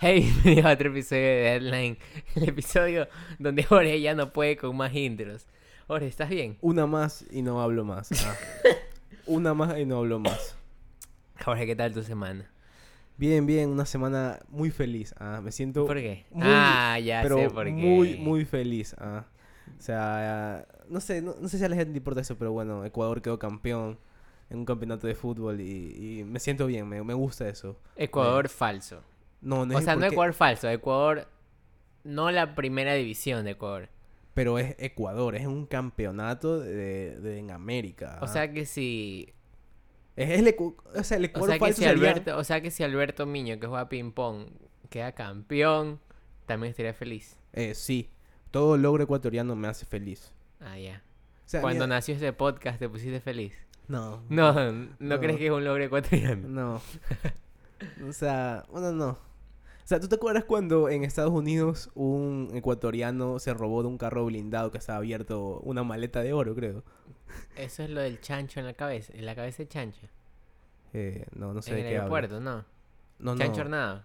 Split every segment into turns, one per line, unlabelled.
Hey, bienvenidos a otro episodio de Deadline. El episodio donde Jorge ya no puede con más intros. Jorge, ¿estás bien?
Una más y no hablo más. Ah. Una más y no hablo más.
Jorge, ¿qué tal tu semana?
Bien, bien, una semana muy feliz. Ah, me siento.
¿Por qué?
muy-
ah, ya
pero
sé por qué.
Muy, muy feliz. Ah. O sea, no sé, no, no sé si a la gente le importa eso, pero bueno, Ecuador quedó campeón en un campeonato de fútbol y, y me siento bien, me, me gusta eso.
Ecuador falso.
No, no
O
es
sea, no
porque-
Ecuador falso, Ecuador. No la primera división de Ecuador.
Pero es Ecuador, es un campeonato de, de- en América.
O
ah.
sea que si.
es el, ecu- o sea, el
O
Ecuador
sea que
falso
si
sería-
Alberto, o sea que si Alberto Miño, que juega ping pong, queda campeón, también estaría feliz.
Eh, sí, todo logro ecuatoriano me hace feliz.
Ah, ya.
O sea,
Cuando
mira-
nació este podcast, ¿te pusiste feliz?
No,
No, no,
No.
crees que es un logro ecuatoriano.
No. O sea, bueno, no. O sea, ¿tú te acuerdas cuando en Estados Unidos un ecuatoriano se robó de un carro blindado que estaba abierto una maleta de oro, creo?
Eso es lo del chancho en la cabeza, en la cabeza de chancho.
Eh, no, no sé
en
de
el
qué hablo.
aeropuerto, no.
No, Oh.
chancho
no.
Hornado.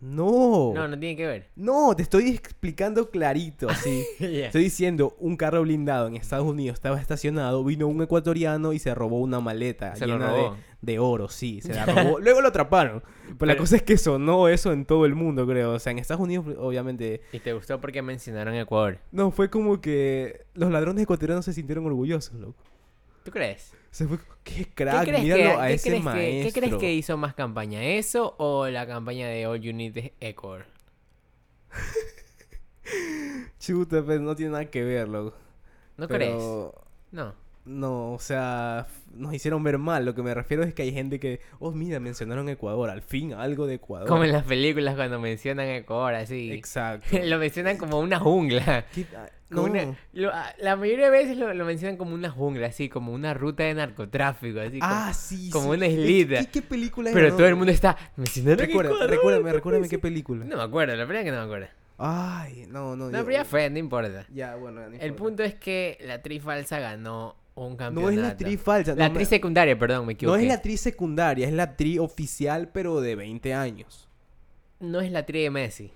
No.
No,
no,
no tiene que ver.
te estoy explicando clarito, así.
Ya.
Estoy diciendo, un carro blindado en Estados Unidos estaba estacionado, vino un ecuatoriano y se robó una maleta
Se lo
llena
robó.
De, de oro, sí, se la robó. Luego lo atraparon. Pero, la
Pero-
cosa es que sonó eso en todo el mundo, creo. O sea, en Estados Unidos, obviamente,
¿Y te gustó porque mencionaron Ecuador?
No, fue como que los ladrones ecuatorianos se sintieron orgullosos, loco.
¿Tú crees?
Se fue, qué
¿Qué
crack,
crees,
Ah, míralo
que,
a
qué
ese
crees que-
maestro.
qué crees que hizo más campaña? ¿Eso o la campaña de All You Need is Ecuador?
Chuta, pero no tiene nada que ver, loco.
¿No crees?
Pero,
No.
No, o sea, f- nos hicieron ver mal. Lo que me refiero es que hay gente que, oh, mira, mencionaron Ecuador, al fin algo de Ecuador.
Como en las películas cuando mencionan Ecuador, así.
Exacto.
lo mencionan como una jungla.
¿Qué- ah,
Como
No,
una- lo- a- la mayoría de veces lo, lo mencionan como una jungla, así, como una ruta de narcotráfico, así. como-
ah, sí,
como
sí.
una
Eh,
islita.
¿Qué, qué película es?
pero
no?
todo el mundo está mencionando
Recuerda-
Ecuador.
recuérdame, recuérdame qué película.
No me acuerdo, la verdad que no me acuerdo.
Ay, no, no.
No,
yo-
pero ya fue, no importa.
Ya, bueno, ya no
El
importa.
punto es que la tri falsa ganó un campeonato.
No es la tri falsa.
La
no,
tri
me-
secundaria, perdón, me
No
equivoqué.
es la tri secundaria, es la tri oficial, pero de 20 años.
No es la tri de Messi.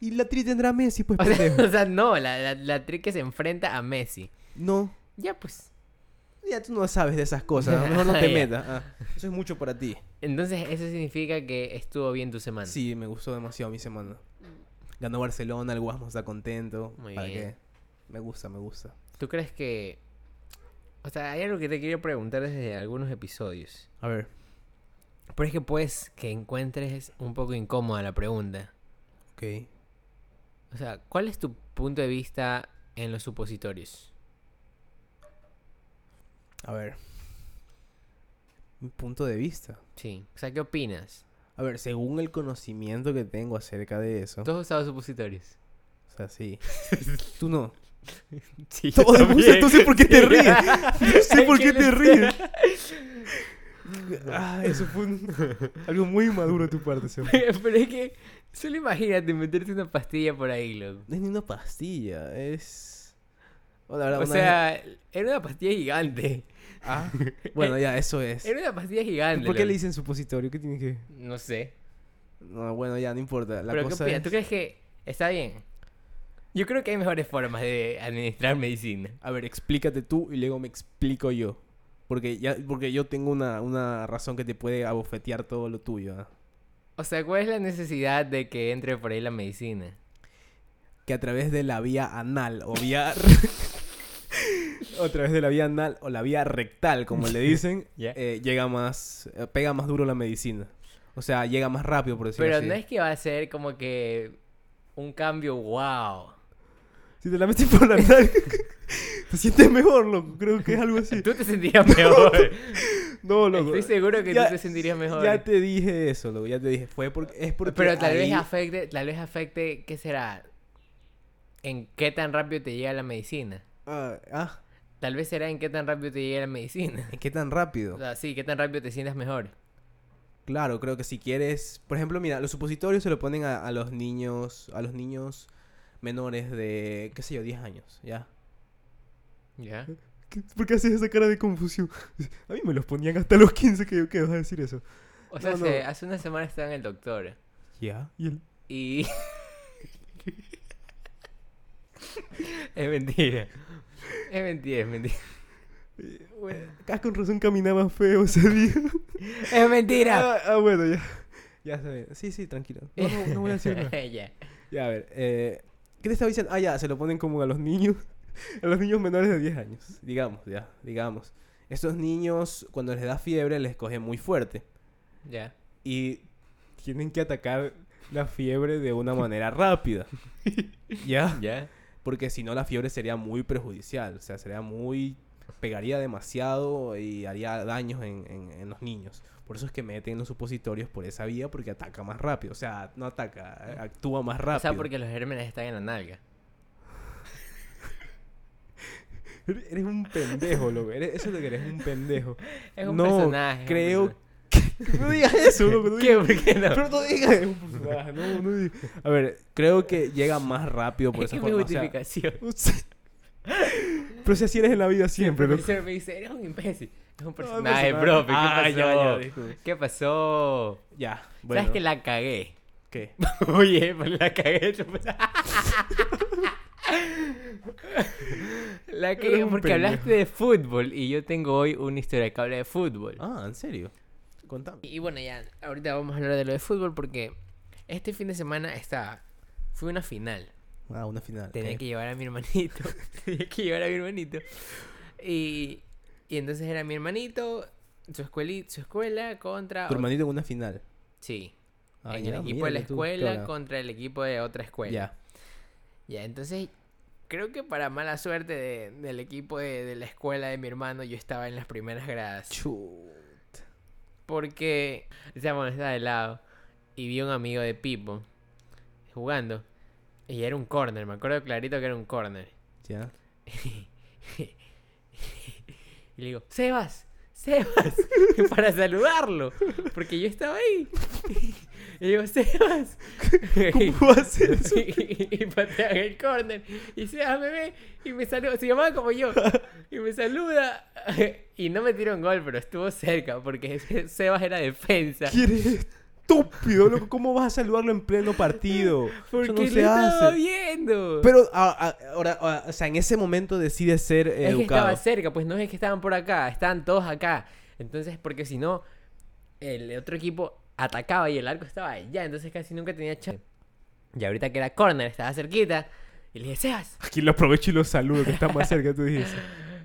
Y la tri tendrá Messi, pues,
O sea,
pendejo.
o sea, no, la, la, la tri que se enfrenta a Messi.
No,
Ya pues.
ya tú no sabes de esas cosas. ¿no? Mejor no te
Ya.
metas. ah. Eso es mucho para ti.
Entonces eso significa que estuvo bien tu semana.
Sí, me gustó demasiado mi semana. Ganó Barcelona, el Guasmo está contento.
Muy
¿Para
bien.
qué? Me gusta, me gusta.
¿Tú crees que... O sea, hay algo que te quiero preguntar desde algunos episodios.
A ver.
Pero es que pues que encuentres un poco incómoda la pregunta.
Ok.
O sea, ¿cuál es tu punto de vista en los supositorios?
A ver. Mi punto de vista.
Sí. O sea, ¿qué opinas?
A ver, según el conocimiento que tengo acerca de eso.
¿Tú has usado supositorios?
O sea, sí. Tú no.
Sí,
yo Todo el mundo, también. entonces, ¿por qué te Sí. ríes? No sé por qué te ríes. Ah, eso fue un- algo muy inmaduro de tu parte, Seba.
Pero es que solo imagínate meterte una pastilla por ahí, loco.
No es ni una pastilla, es. Oh, la verdad,
O
una-
sea, era una pastilla gigante.
Ah, bueno, ya, eso es.
eh, Era una pastilla
¿Y
gigante.
¿Por qué le
loco.
dicen supositorio? ¿Qué tiene que.?
No sé.
No, bueno, ya, no importa. La
Pero ¿qué
cosa
opinas?
es-
¿Tú crees que está bien? Yo creo que hay mejores formas de administrar medicina.
A ver, explícate tú y luego me explico yo. Porque, ya, porque yo tengo una, una razón que te puede abofetear todo lo tuyo. ¿ah?
O sea, ¿cuál es la necesidad de que entre por ahí la medicina?
Que a través de la vía anal o vía. o a través de la vía anal o la vía rectal, como le dicen,
Ya.
eh, llega más. eh, pega más duro la medicina. O sea, llega más rápido, por decirlo
Pero
así.
no es que va a ser como que un cambio wow.
Si te la metes por la nariz, te sientes mejor, loco. Creo que es algo así.
Tú te sentirías mejor.
No, loco.
Estoy seguro que
Ya-
tú te sentirías mejor.
Ya te dije eso, loco. Ya te dije. Fue porque. Es porque.
Pero tal
ahí-
vez afecte, tal vez afecte, ¿qué será? ¿En qué tan rápido te llega la medicina?
Ah, ah,
Tal vez será en qué tan rápido te llega la medicina.
¿en ¿qué tan
O
rápido?
sea, sí, qué tan rápido te sientas mejor.
Claro, creo que si quieres. Por ejemplo, mira, los supositorios se lo ponen a, a los niños. A los niños menores de. qué sé yo, 10 años, ya.
¿Ya?
¿Por qué haces esa cara de confusión? A mí me los ponían hasta los 15 que yo qué vas a decir eso.
O sea,
No,
se-
no.
hace una semana estaba en el doctor.
Ya. ¿Y él?
Y. es mentira. Es mentira, es mentira.
Eh, Bueno, acá con razón caminaba feo ese día.
¡Es mentira!
Ah, ah, bueno, ya. Ya está bien. Sí, sí, tranquilo. No, no, no voy a decir nada.
Ya.
Ya, a ver. Eh, ¿Qué te estaba diciendo? Ah, ya, se lo ponen como a los niños. A los niños menores de 10 años. Digamos, ya, digamos. Estos niños, cuando les da fiebre, les coge muy fuerte.
Ya.
Y tienen que atacar la fiebre de una manera rápida. ¿Ya?
Ya.
Porque si no, la fiebre sería muy perjudicial. O sea, sería muy. pegaría demasiado y haría daños en, en- en los niños. Por eso es que meten los supositorios por esa vía, porque ataca más rápido. O sea, no ataca, eh, actúa más rápido.
O sea, porque los gérmenes están en la nalga.
Eres un pendejo, loco. Eres- eso es lo que eres, un pendejo.
Es un
no,
personaje. es un
creo...
personaje.
no digas eso, loco. No
¿Qué?
digas...
¿Por qué no?
Pero no digas... es un personaje, No, no digas... A ver, creo que llega más rápido por
es
esa
que mi
forma. o sea-
justificación.
Pero si así eres en la vida siempre,
Pero
loco.
siempre me dice, eres un imbécil. Es un
No, es
personaje,
personaje.
profe. ¿Qué
Ah,
pasó?
ya, ya, disculpe.
¿Qué pasó?
Ya, bueno.
¿Sabes que la cagué?
¿Qué?
Oye, pues la cagué. yo- la
Eres
cagué
un
porque
pendejo.
hablaste de fútbol y yo tengo hoy una historia que habla de fútbol.
Ah, ¿en serio? Contame.
Y bueno, ya, ahorita vamos a hablar de lo de fútbol porque este fin de semana estaba. Fue una final.
Ah, una final.
Tenía
ok.
que llevar a mi hermanito. tenía que llevar a mi hermanito. Y, y entonces era mi hermanito, su, escueli, su escuela contra.
Tu
ot-
hermanito en una final.
Sí.
Ah,
en
ya,
el equipo de la
míralo tú,
escuela
claro.
contra el equipo de otra escuela.
Ya.
Ya, entonces. Creo que para mala suerte de- del equipo de, de la escuela de mi hermano, yo estaba en las primeras gradas.
Chu.
Porque, o sea, bueno, estaba de este lado y vi a un amigo de Pipo jugando. Y era un corner, me acuerdo clarito que era un corner.
Ya.
Y le digo, Sebas, Sebas, para saludarlo, porque yo estaba ahí. Y le digo, Sebas.
¿Cómo va a ser eso?
Y, y patean el corner. Y Sebas me ve y me saluda, se llamaba como yo. Y me saluda. Y no me tiró un gol, pero estuvo cerca, porque Sebas era defensa.
¿Qué eres estúpido, loco? ¿Cómo vas a saludarlo en pleno partido?
Porque
Eso no
lo
se
estaba
hace.
viendo.
Pero a- a- ahora, a- o sea, en ese momento decides ser eh,
Es que estaba
educado.
cerca, pues no es que estaban por acá, estaban todos acá. Entonces, porque si no, el otro equipo atacaba y el arco estaba allá, entonces casi nunca tenía chance. Y ahorita que era corner, estaba cerquita, y le dije, Sebas,
Aquí lo aprovecho y lo saludo, que está más cerca, tú dijiste.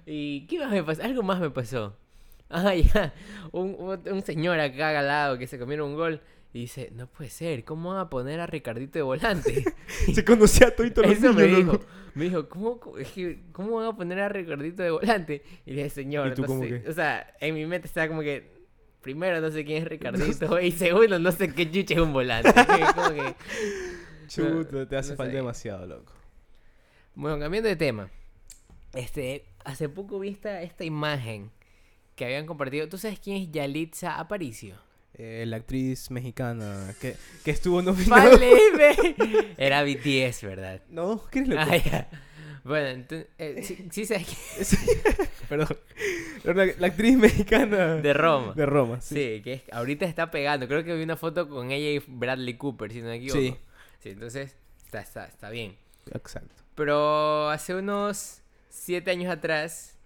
¿y qué más me pasó? Algo más me pasó. Ah, ya, un, un- un señor acá al lado que se comieron un gol y dice, no puede ser, ¿cómo van a poner a Ricardito de volante?
Se conocía a todos los
Eso me
niños,
dijo.
loco.
Me dijo, ¿cómo, co- es que, ¿cómo van a poner a Ricardito de volante? Y le dije, señor,
¿Y tú
no
cómo
sé.
qué?
O sea, en mi mente estaba como que, primero no sé quién es Ricardito y segundo no sé qué chuche es un volante. Que como que-
Chuta, te
No
hace falta
sé.
demasiado, loco.
Bueno, cambiando de tema. Este, hace poco vi esta, esta imagen que habían compartido. ¿Tú sabes quién es Yalitza Aparicio?
Eh, la actriz mexicana que, que estuvo nominada.
¡Vale! ve. Era BTS, ¿verdad?
No, ¿qué eres loco?
Ah, ya. Bueno, ento- eh, sí, sí sabes quién
Sí, Perdón. Pero La, la actriz mexicana
de Roma.
de Roma, sí.
Sí, que es- ahorita está pegando. Creo que vi una foto con ella y Bradley Cooper, si no me equivoco.
Sí.
Sí. entonces está, está, está bien.
Exacto.
Pero hace unos siete años atrás,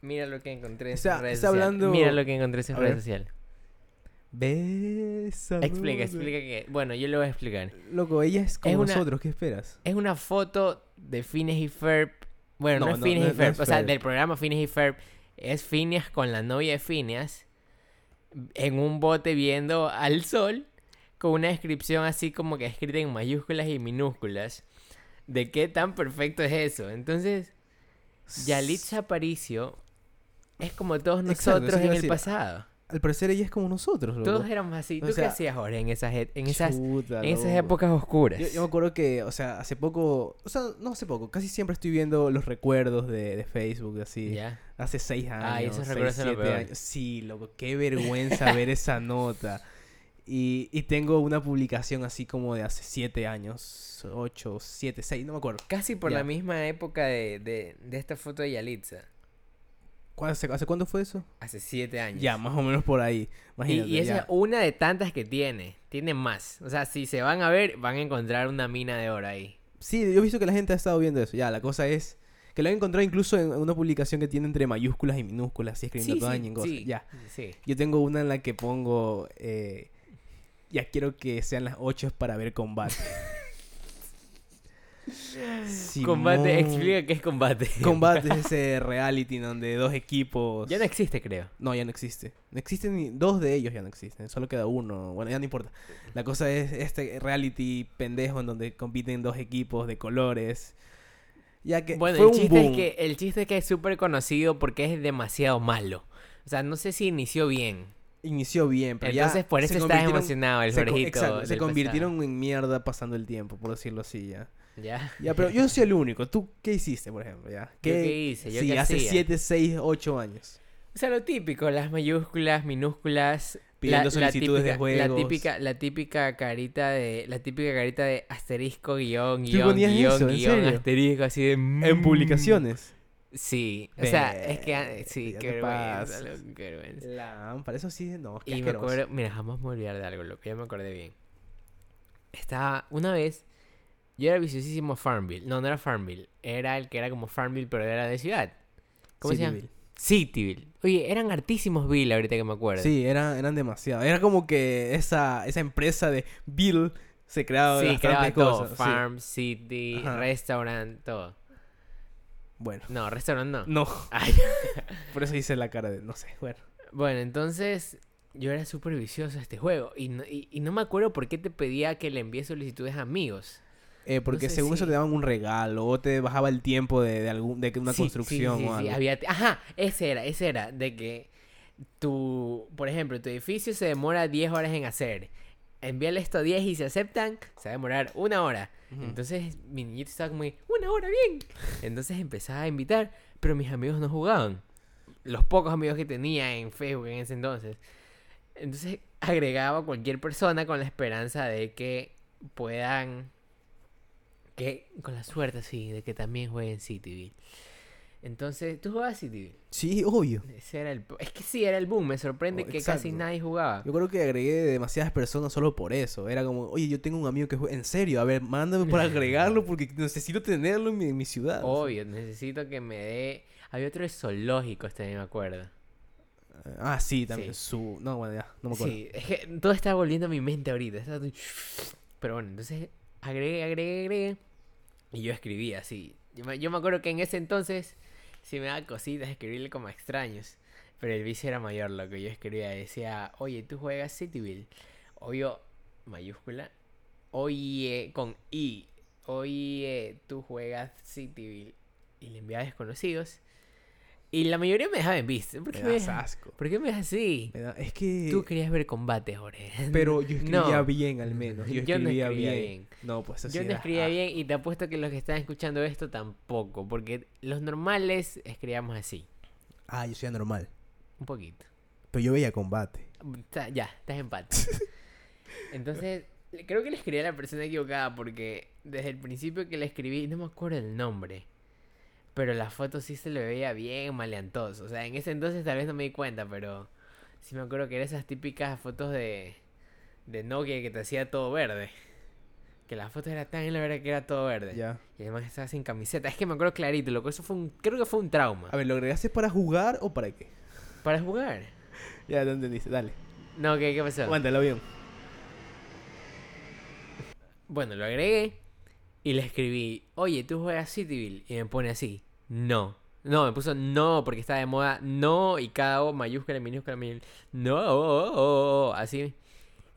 mira lo que encontré en
O sea,
sus redes
está
sociales.
hablando-
Mira lo que encontré en sus
A
redes
ver.
sociales.
Bésame.
Explica, explica que... Bueno, yo le voy a explicar.
Loco, ella es como
Es una-
nosotros, ¿qué esperas?
Es una foto de Phineas y Ferb. Bueno, no,
No,
es
no,
Phineas
no
y
es- no
Ferb,
es
o sea,
Ferb.
del programa Phineas y Ferb. Es Phineas con la novia de Phineas en un bote viendo al sol con una descripción así como que escrita en mayúsculas y minúsculas de qué tan perfecto es eso. Entonces, Yalitza Aparicio es como todos
Exacto,
nosotros
eso iba
en
a
el
decir.
pasado.
Al parecer ella es como nosotros, loco.
Todos éramos así.
O
¿Tú qué
sea,
hacías ahora en esas, e- en esas,
Chuta,
en esas
loco.
épocas oscuras?
Yo, yo me acuerdo que, o sea, hace poco, o sea, no hace poco, casi siempre estoy viendo los recuerdos de, de Facebook, así.
Ya.
Hace seis años.
Ay, esos
seis,
recuerdos son lo
siete
peor.
años. Sí, loco, qué vergüenza ver esa nota. Y, y tengo una publicación así como de hace siete años, ocho, siete, seis, no me acuerdo.
Casi por
Ya.
la misma época de, de- de esta foto de Yalitza.
¿Cuál- hace, hace cuánto fue eso?
Hace siete años.
Ya, más o menos por ahí.
Y,
Imagínate.
y esa
ya.
es una de tantas que tiene. Tiene más. O sea, si se van a ver, van a encontrar una mina de oro ahí.
Sí, yo he visto que la gente ha estado viendo eso. Ya, la cosa es que lo he encontrado incluso en en una publicación que tiene entre mayúsculas y minúsculas, así escribiendo todo año en cosas.
sí,
Ya.
sí.
Yo tengo una en la que pongo. eh, ya quiero que sean las 8 para ver combate.
Combate,
Simón.
explica qué es combate.
Combate es ese reality donde dos equipos.
ya no existe, creo.
No, ya no existe. No existen ni. Dos de ellos ya no existen. Solo queda uno. Bueno, ya no importa. La cosa es este reality pendejo en donde compiten dos equipos de colores. Ya que.
Bueno,
fue
el
un
chiste, es
boom.
que, el chiste es que es súper conocido porque es demasiado malo. O sea, no sé si inició bien.
Inició bien, pero ya.
Entonces, por
se
eso estás
convirtieron-
emocionado, el
se, co-
Jorgito
exacto, se
del
convirtieron en mierda pasando el tiempo, por decirlo así, ya.
¿Ya?
Ya, pero yo no soy el único. ¿Tú qué hiciste, por ejemplo? ¿Ya?
qué hice? ¿Yo
sí,
qué
hace
hacía?
7, 6, 8 años.
O sea, lo típico, las mayúsculas, minúsculas,
Pidiendo solicitudes de
típica, La
juegos.
típica, la típica carita de, la típica carita de asterisco, guión,
¿Tú
guión,
ponías
guión,
eso? ¿En
guión,
serio?
asterisco, así de
En
mm.
publicaciones.
Sí. O sea, es que
Ve,
ah, sí,
ya
qué
te
vergüenza,
pasas.
loco, qué vergüenza.
La, para eso sí, no. qué
Y me
asqueroso.
acuerdo, mira, jamás me voy a olvidar de algo, loco, ya me acordé bien. Estaba, una vez, yo era viciosísimo Farmville. No, no era Farmville. Era el que era como Farmville, pero era de ciudad. ¿Cómo
Sí,
se llama?
Bill.
Cityville. Oye, eran hartísimos Bill ahorita que me acuerdo.
Sí, eran, eran demasiado. Era como que esa, esa empresa de Bill se creaba
Sí, creaba
bastantes
todo.
cosas. sí.
Farm, city,
Ajá.
restaurant, todo.
Bueno,
No, restaurant no.
no.
Ah. Ay.
Por eso hice la cara de, no sé, bueno.
Bueno, entonces yo era súper vicioso a este juego. Y no, y- y no me acuerdo por qué te pedía que le envíe solicitudes a amigos.
Eh, porque
Entonces,
según eso
sí.
te daban un regalo o te bajaba el tiempo de, de, algún, de una
Sí, sí,
construcción
sí,
o
sí,
algo.
había- Ajá, ese era, ese era. De que tu, por ejemplo, tu edificio se demora 10 horas en hacer. Envíale esto a 10 y se aceptan, se va a demorar una hora. Entonces mi niñito estaba como, que, una hora, bien. Entonces empezaba a invitar, pero mis amigos no jugaban. Los pocos amigos que tenía en Facebook en ese entonces. Entonces agregaba a cualquier persona con la esperanza de que puedan... Que con la suerte, sí, de que también jueguen CityVille. Entonces, ¿tú jugabas CityVille?
Sí, obvio.
Ese era el... Es que sí, era el boom. Me sorprende
Oh,
que casi
exacto.
nadie jugaba.
Yo creo que agregué demasiadas personas solo por eso. Era como, oye, yo tengo un amigo que juega. En serio, a ver, mándame para agregarlo porque necesito tenerlo en mi, en mi ciudad.
Obvio, necesito que me dé... Había otro de zoológicos también, me acuerdo.
Ah, sí, también.
Sí.
Su... No, bueno, ya, no me acuerdo.
Sí, es que todo está volviendo a mi mente ahorita. está todo- Pero bueno, entonces agregué, agregué, agregué. Y yo escribía así. Yo me, yo me acuerdo que en ese entonces sí me daba cositas escribirle como a extraños. Pero el vicio era mayor, lo que yo escribía. Decía, oye, tú juegas Cityville. Obvio, mayúscula. Oye, con I. Oye, tú juegas Cityville. Y le enviaba a desconocidos. Y la mayoría me dejaba en vista. ¿Por qué
Me
me,
das
dejas-
asco.
¿Por qué me dejas así?
Me da- Es que...
Tú querías ver combate, Jorge.
Eh, Pero yo escribía
Mm, No.
bien al menos. Yo
Yo no
escribía,
escribía
bien.
bien.
No, pues eso
Yo
sí
no
da
escribía
asco.
bien y te apuesto que los que están escuchando esto tampoco, porque los normales escribíamos así,
Ah, yo soy normal.
un poquito.
Pero yo veía combate.
Está- ya, estás empate. Entonces, le- creo que le escribí a la persona equivocada porque desde el principio que le escribí, no me acuerdo el nombre, pero la foto sí se le veía bien maleantoso. O sea, en ese entonces tal vez no me di cuenta, pero sí me acuerdo que eran esas típicas fotos de, de Nokia que te hacía todo verde. Que la foto era tan en la verdad que era todo verde.
Ya.
Y además estaba sin camiseta. Es que me acuerdo clarito, loco. Eso fue un, creo que fue un trauma.
A ver, ¿lo agregaste para jugar o para qué?
Para jugar.
Ya, ¿dónde dice? Dale.
No, ¿qué, qué pasó?
Aguanta el avión.
Bueno, lo agregué y le escribí, oye, ¿tú juegas Cityville? Y me pone así, no. No, me puso no, porque estaba de moda no y cada O mayúscula, minúscula, minúscula, no, oh, oh, oh", así.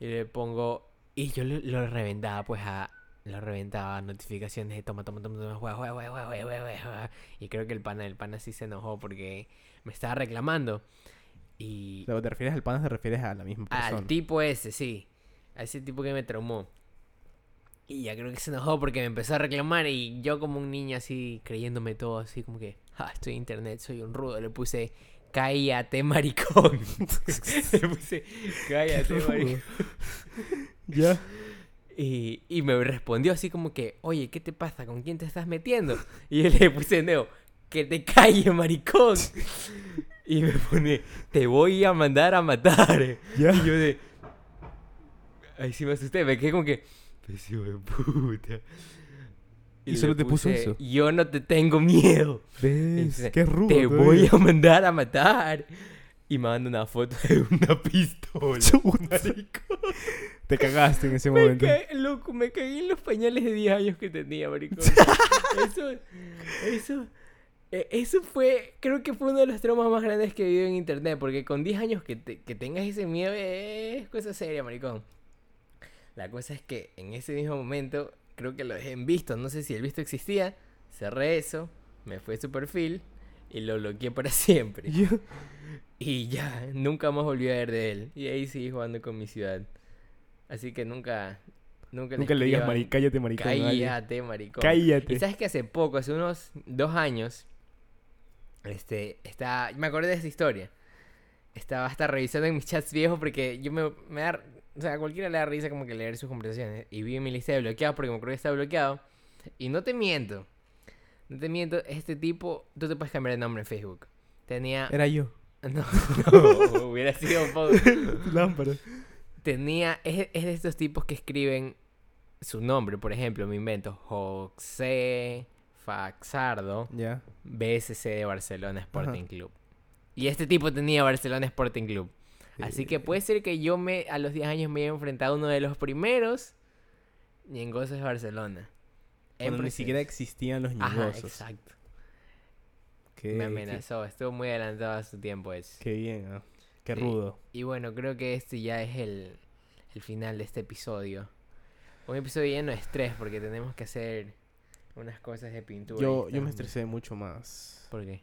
Y le pongo, y yo lo, lo reventaba, pues a, lo reventaba, notificaciones de toma, toma, toma, toma, juega, juega, juega, juega, juega, juega, juega". Y creo que el pana, el pana sí se enojó porque me estaba reclamando. Y,
Luego te refieres al pana, te refieres a la misma persona.
al tipo ese, sí. A ese tipo que me traumó. Y ya creo que se enojó porque me empezó a reclamar y yo como un niño así creyéndome todo así como que, ah, estoy en internet, soy un rudo, le puse, cállate maricón. le puse, cállate
rudo.
maricón.
Ya.
Y, y me respondió así como que, oye, ¿qué te pasa? ¿Con quién te estás metiendo? Y yo le puse de nuevo, que te calle, maricón. y me pone, te voy a mandar a matar.
Ya.
Y yo de... Ahí sí me asusté, me quedé como que... "Pues, hijo de puta.
¿Y solo
le
te puso
puse,
eso?
Yo no te tengo miedo.
¿Ves?
Dice,
Qué rudo.
Te voy a mandar a matar. Y me manda una foto de una pistola.
Chuta.
maricón.
Te cagaste en ese
Me
momento.
caí, loco, me caí en los pañales de 10 años que tenía, maricón. Eso, eso, e- eso fue, creo que fue uno de los traumas más grandes que he vivido en internet. Porque con 10 años que, te- que tengas ese miedo es cosa seria, maricón. La cosa es que en ese mismo momento, creo que lo dejé en visto. No sé si el visto existía. Cerré eso, me fui a su perfil y lo bloqueé para siempre.
Ya.
Y ya, nunca más volví a ver de él. Y ahí seguí jugando con mi ciudad. Así que nunca, nunca,
Nunca le digas,
escriban,
"Mari- cállate, maricón. a alguien".
Cállate, maricón.
Cállate.
Y sabes que hace poco, hace unos dos años, este, está, me acordé de esa historia. Estaba hasta revisando en mis chats viejos porque yo me, me da, o sea, a cualquiera le da risa como que leer sus conversaciones. Y vi mi lista de bloqueados porque me acuerdo que estaba bloqueado. Y no te miento, no te miento, este tipo, tú te puedes cambiar de nombre en Facebook. Tenía...
Era yo.
No, no, hubiera sido un poco...
Lámpara.
Tenía, es, es de estos tipos que escriben su nombre, por ejemplo, me invento, José Faxardo,
Ya.
BSC de Barcelona Sporting Club. Y este tipo tenía Barcelona Sporting Club. Así que puede ser que yo me, a los 10 años me haya enfrentado a uno de los primeros ñengosos de Barcelona. En
Cuando ni
proceso.
siquiera existían los
Ajá,
ñogosos.
exacto.
Qué,
Me
qué,
amenazó, estuvo muy adelantado a su tiempo eso.
qué bien, ¿no? Qué
Sí.
rudo.
Y bueno, creo que este ya es el, el final de este episodio. Un episodio lleno de estrés porque tenemos que hacer unas cosas de pintura. y
Yo, yo me
estamos-
estresé mucho más.
¿Por qué?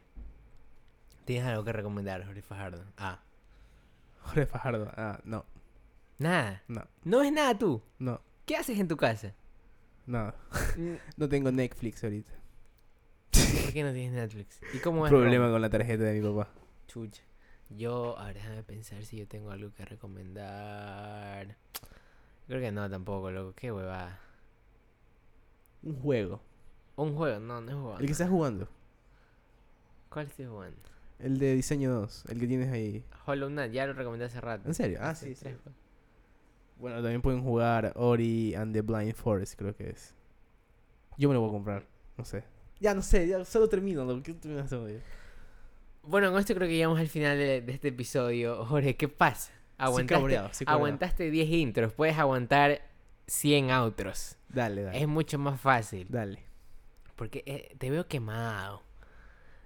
¿Tienes algo que recomendar, Jorge Fajardo? Ah,
Jorge Fajardo. Ah, no,
nada.
no,
No es nada tú.
no,
¿Qué haces en tu casa?
no.
Mm,
No tengo Netflix ahorita.
¿Por qué no tienes Netflix? ¿Y cómo es?
Problema con la tarjeta de mi papá.
Chucha. Yo, ahora déjame pensar si yo tengo algo que recomendar. Creo que no tampoco, loco. Qué huevada.
Un juego.
Un juego, no, no es jugado.
El que estás jugando.
¿Cuál estoy jugando?
El de diseño 2. El que tienes ahí.
Hollow Knight, ya lo recomendé hace rato. Este
¿En serio? Ah,
Hace
sí, sí.
tres jue-
Bueno, también pueden jugar Ori and the Blind Forest, creo que es. Yo me lo voy a comprar. No sé. Ya no sé, ya solo termino. Lo que termino haciendo yo.
Bueno, con esto creo que llegamos al final de, de este episodio. Jorge, ¿qué pasa? Aguantaste,
cabreado, sí cabreado.
aguantaste 10 intros, puedes aguantar 100 outros.
Dale, dale.
Es mucho más fácil.
Dale.
Porque eh, te veo quemado.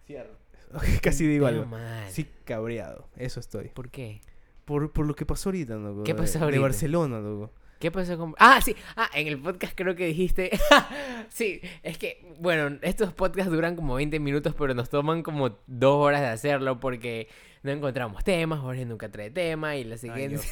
Cierro. Casi digo
te veo
algo.
mal.
Sí, cabreado. Eso estoy.
¿Por qué?
Por, por lo que pasó ahorita, loco.
¿Qué
de-
pasó
De
ahorita?
Barcelona, loco.
¿Qué pasó con.? Ah, sí. Ah, en el podcast creo que dijiste. sí, es que, bueno, estos podcasts duran como 20 minutos, pero nos toman como dos horas de hacerlo porque no encontramos temas. Jorge nunca trae tema y la siguiente.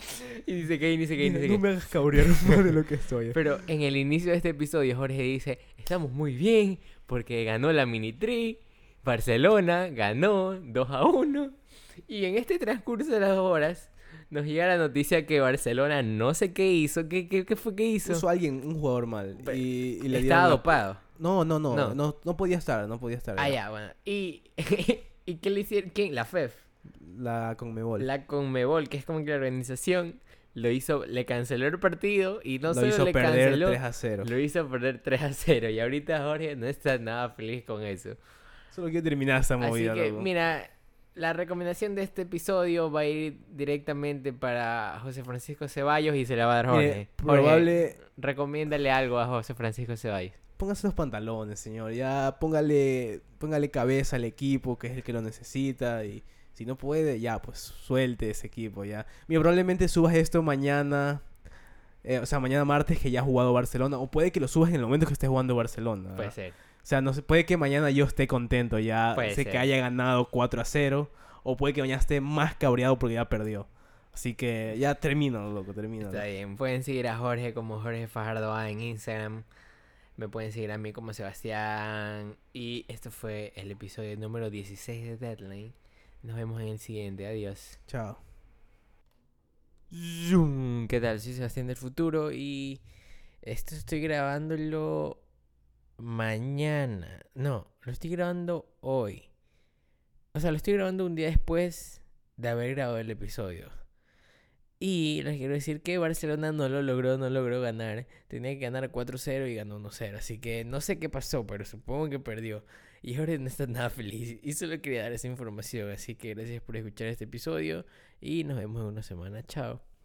y dice que, y dice que, y dice que.
No me hagas cabrear más de lo que estoy.
Pero en el inicio de este episodio, Jorge dice: Estamos muy bien porque ganó la mini tri. Barcelona ganó 2 a 1. Y en este transcurso de las dos horas, nos llega la noticia que Barcelona no sé qué hizo. ¿Qué, qué, qué fue que hizo?
Puso a alguien, un jugador mal.
Pe-
Y, y le dieron
Estaba
la-
dopado.
No, no, no,
No.
no. No, podía estar, no podía estar.
Ah,
ya.
ya, bueno. ¿Y, ¿y qué le hicieron? ¿Quién? La FEF.
La Conmebol.
La Conmebol, que es como que la organización, lo hizo, le canceló el partido y no
lo
solo
hizo
le
perder
canceló.
3 a 0.
Lo hizo perder 3 a 0 y ahorita Jorge no está nada feliz con eso.
Solo quiero terminar esa
Así
movida,
que,
loco.
mira, la recomendación de este episodio va a ir directamente para José Francisco Ceballos y se la va a dar Jorge.
Mire,
Jorge,
probable.
recomiéndale algo a José Francisco Ceballos.
Póngase los pantalones, señor. Ya póngale, póngale cabeza al equipo, que es el que lo necesita. Y si no puede, ya, pues suelte ese equipo, ya. Mira, probablemente subas esto mañana. eh, o sea, mañana martes que ya ha jugado Barcelona. O puede que lo subas en el momento que esté jugando Barcelona.
Puede
¿verdad?
ser.
O sea, no sé, puede que mañana yo esté contento ya.
Puede
sé
ser.
que haya ganado 4 a 0. O puede que mañana esté más cabreado porque ya perdió. Así que ya termina, loco, termina.
Está bien. Pueden seguir a Jorge como Jorge Fajardo A en Instagram. Me pueden seguir a mí como Sebastián. Y esto fue el episodio número 16 de Deadline. Nos vemos en el siguiente. Adiós.
Chao.
Zoom. ¿Qué tal? Soy Sebastián del futuro y esto estoy grabándolo mañana. No, lo estoy grabando hoy. O sea, lo estoy grabando un día después de haber grabado el episodio. Y les quiero decir que Barcelona no lo logró, no logró ganar. Tenía que ganar 4-0 y ganó 1-0. Así que no sé qué pasó, pero supongo que perdió. Y ahora no está nada feliz. Y solo quería dar esa información. Así que gracias por escuchar este episodio. Y nos vemos en una semana. Chao.